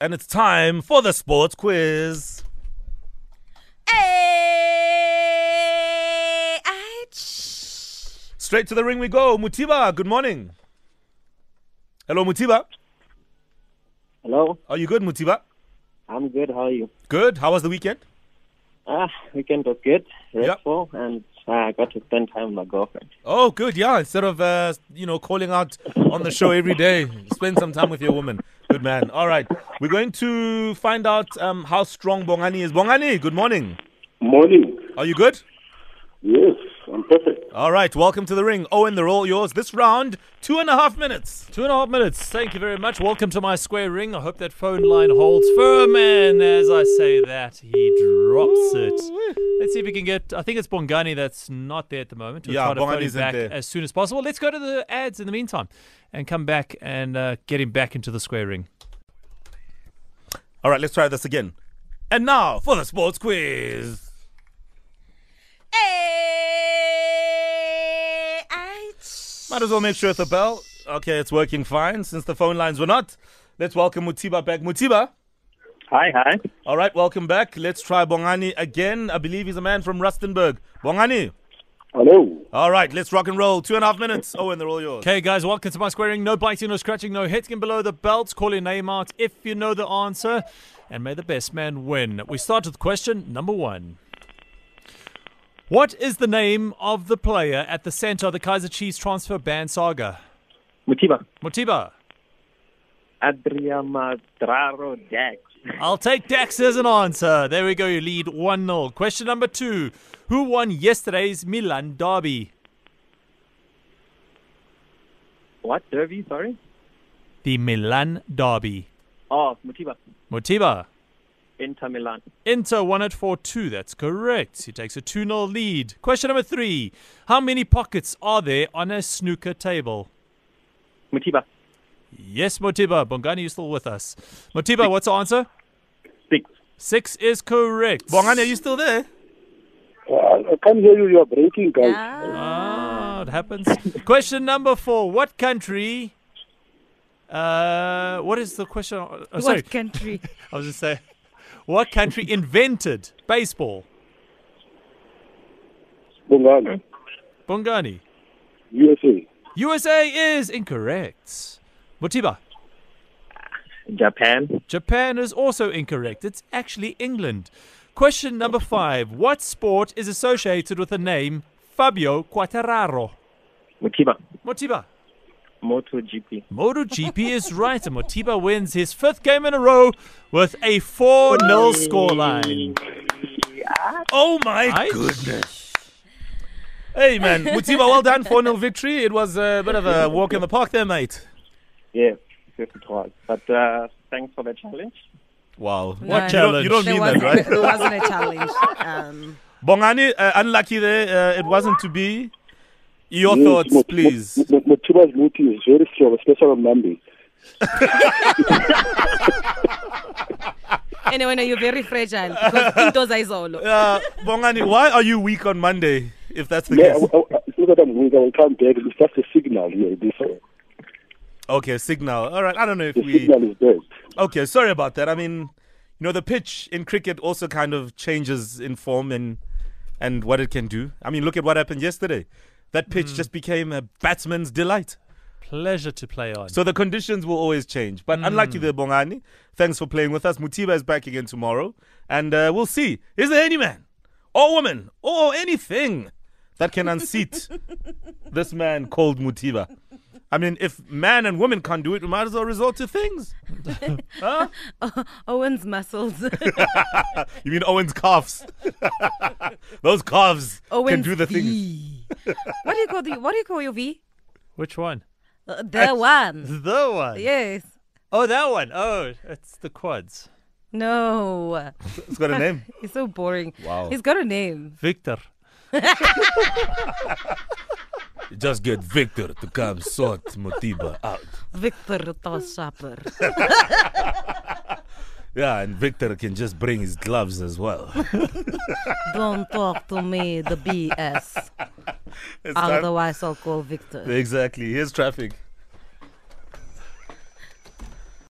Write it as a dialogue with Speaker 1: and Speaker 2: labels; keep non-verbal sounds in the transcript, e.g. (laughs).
Speaker 1: and it's time for the sports quiz.
Speaker 2: Hey, ouch.
Speaker 1: Straight to the ring we go. Mutiba, good morning. Hello, Mutiba.
Speaker 3: Hello,
Speaker 1: Are you good, Mutiba?
Speaker 3: I'm good. How are you?
Speaker 1: Good. How was the weekend?
Speaker 3: Ah, weekend was good,
Speaker 1: Yep.
Speaker 3: restful, and uh, I got to spend time with my girlfriend.
Speaker 1: Oh, good. Yeah. Instead of uh, you know calling out on the show every day, spend some time with your woman. Good man. All right. We're going to find out um, how strong Bongani is. Bongani, good morning.
Speaker 4: Morning.
Speaker 1: Are you good?
Speaker 4: Yes, I'm perfect.
Speaker 1: All right. Welcome to the ring. Owen, they're all yours. This round, two and a half minutes.
Speaker 5: Two and a half minutes. Thank you very much. Welcome to my square ring. I hope that phone line holds firm. And as I say that, he drops it. Let's see if we can get. I think it's Bongani that's not there at the moment. We'll
Speaker 1: Yeah,
Speaker 5: try to phone him
Speaker 1: Bongani isn't
Speaker 5: back
Speaker 1: there.
Speaker 5: as soon as possible. Let's go to the ads in the meantime, and come back and uh, get him back into the square ring.
Speaker 1: All right. Let's try this again. And now for the sports quiz.
Speaker 2: Hey, ouch.
Speaker 1: Might as well make sure it's a bell. Okay, it's working fine since the phone lines were not. Let's welcome Mutiba back. Mutiba.
Speaker 3: Hi, hi.
Speaker 1: All right. Welcome back. Let's try Bongani again. I believe he's a man from Rustenburg. Bongani.
Speaker 4: Hello.
Speaker 1: All right, let's rock and roll. Two and a half minutes. Oh, and they're all yours.
Speaker 5: Okay, guys, welcome to my square ring. No biting, no scratching, no hitting below the belt. Call your name out if you know the answer, and may the best man win. We start with question number one. What is the name of the player at the center of the Kaiser Chiefs transfer ban saga?
Speaker 3: Mutiba.
Speaker 5: Motiba.
Speaker 3: Adriamadraro Dax.
Speaker 5: I'll take Dax as an answer. There we go. You lead 1 0. Question number two Who won yesterday's Milan derby?
Speaker 3: What derby? Sorry.
Speaker 5: The Milan derby.
Speaker 3: Oh, Mutiba.
Speaker 5: Motiba.
Speaker 3: Inter Milan.
Speaker 5: Inter won it 4 2. That's correct. He takes a 2 0 lead. Question number three How many pockets are there on a snooker table?
Speaker 3: Mutiba.
Speaker 5: Yes, Motiba. Bongani, you still with us. Motiba, what's the answer?
Speaker 3: Six.
Speaker 5: Six is correct.
Speaker 1: Bongani, are you still there?
Speaker 4: Uh, I can't hear you. You are breaking, guys.
Speaker 5: Ah, it happens. (laughs) Question number four What country. Uh, what is the question? Oh, sorry,
Speaker 2: What country?
Speaker 5: I was just saying. What country invented baseball?
Speaker 4: Bongani,
Speaker 5: Bongani.
Speaker 4: USA.
Speaker 5: USA is incorrect. Motiba.
Speaker 3: Japan.
Speaker 5: Japan is also incorrect. It's actually England. Question number five. What sport is associated with the name Fabio Quattararo?
Speaker 3: Mutiba.
Speaker 5: Motiba.
Speaker 3: MotoGP.
Speaker 5: MotoGP is right, and Motiba wins his fifth game in a row with a 4 0 scoreline.
Speaker 1: Oh my
Speaker 5: Aye.
Speaker 1: goodness. Hey man, Mutiba, well done. 4 0 victory. It was a bit of a walk in the park there, mate.
Speaker 3: Yes, yes it was. But uh, thanks for the challenge.
Speaker 1: Wow.
Speaker 2: No.
Speaker 1: You don't, you don't
Speaker 2: There
Speaker 1: mean that,
Speaker 2: wasn't,
Speaker 1: right?
Speaker 2: there wasn't a challenge. Um,
Speaker 1: Bongani, uh, unlucky there. Uh, it wasn't to be. Your
Speaker 4: Mm,
Speaker 1: thoughts, please.
Speaker 4: Mutiba's multi is very strong, especially on Nambi.
Speaker 2: anyway, no, you're very fragile because indoors is all.
Speaker 1: Uh, Bongani, why are you weak on Monday, if that's the (laughs)
Speaker 4: Yeah,
Speaker 1: case?
Speaker 4: I, I, I, it's not that I'm weak. I will come back. It's just a signal here. This, uh,
Speaker 1: Okay, signal. All right, I don't know if
Speaker 4: the
Speaker 1: we.
Speaker 4: signal is bad.
Speaker 1: Okay, sorry about that. I mean, you know, the pitch in cricket also kind of changes in form and and what it can do. I mean, look at what happened yesterday. That pitch just became a batsman's delight.
Speaker 5: Pleasure to play on.
Speaker 1: So the conditions will always change. But unlucky there, Bongani. Thanks for playing with us. Mutiba is back again tomorrow, and uh, we'll see. Is there any man, or woman, or anything that can unseat this man called Mutiba? I mean, if man and woman can't do it, we might as well resort to things. (laughs)
Speaker 2: Owen's muscles.
Speaker 1: You mean Owen's calves? (laughs) Those calves
Speaker 2: Owen's
Speaker 1: can do the things.
Speaker 2: V. (laughs) what do you call the? What do you call your V?
Speaker 5: Which one?
Speaker 2: Uh, The one.
Speaker 5: The one.
Speaker 2: Yes.
Speaker 5: Oh, that one. Oh, it's the quads.
Speaker 2: No.
Speaker 1: It's got a
Speaker 2: (laughs)
Speaker 1: name.
Speaker 2: It's so boring.
Speaker 1: Wow.
Speaker 2: He's got a name.
Speaker 5: Victor.
Speaker 1: Just get Victor to come sort Mutiba out.
Speaker 2: Victor Toshaper.
Speaker 1: Yeah, and Victor can just bring his gloves as well. (laughs)
Speaker 2: Don't talk to me, the BS.
Speaker 1: It's time-
Speaker 2: Otherwise, I'll call Victor.
Speaker 1: Exactly. Here's traffic.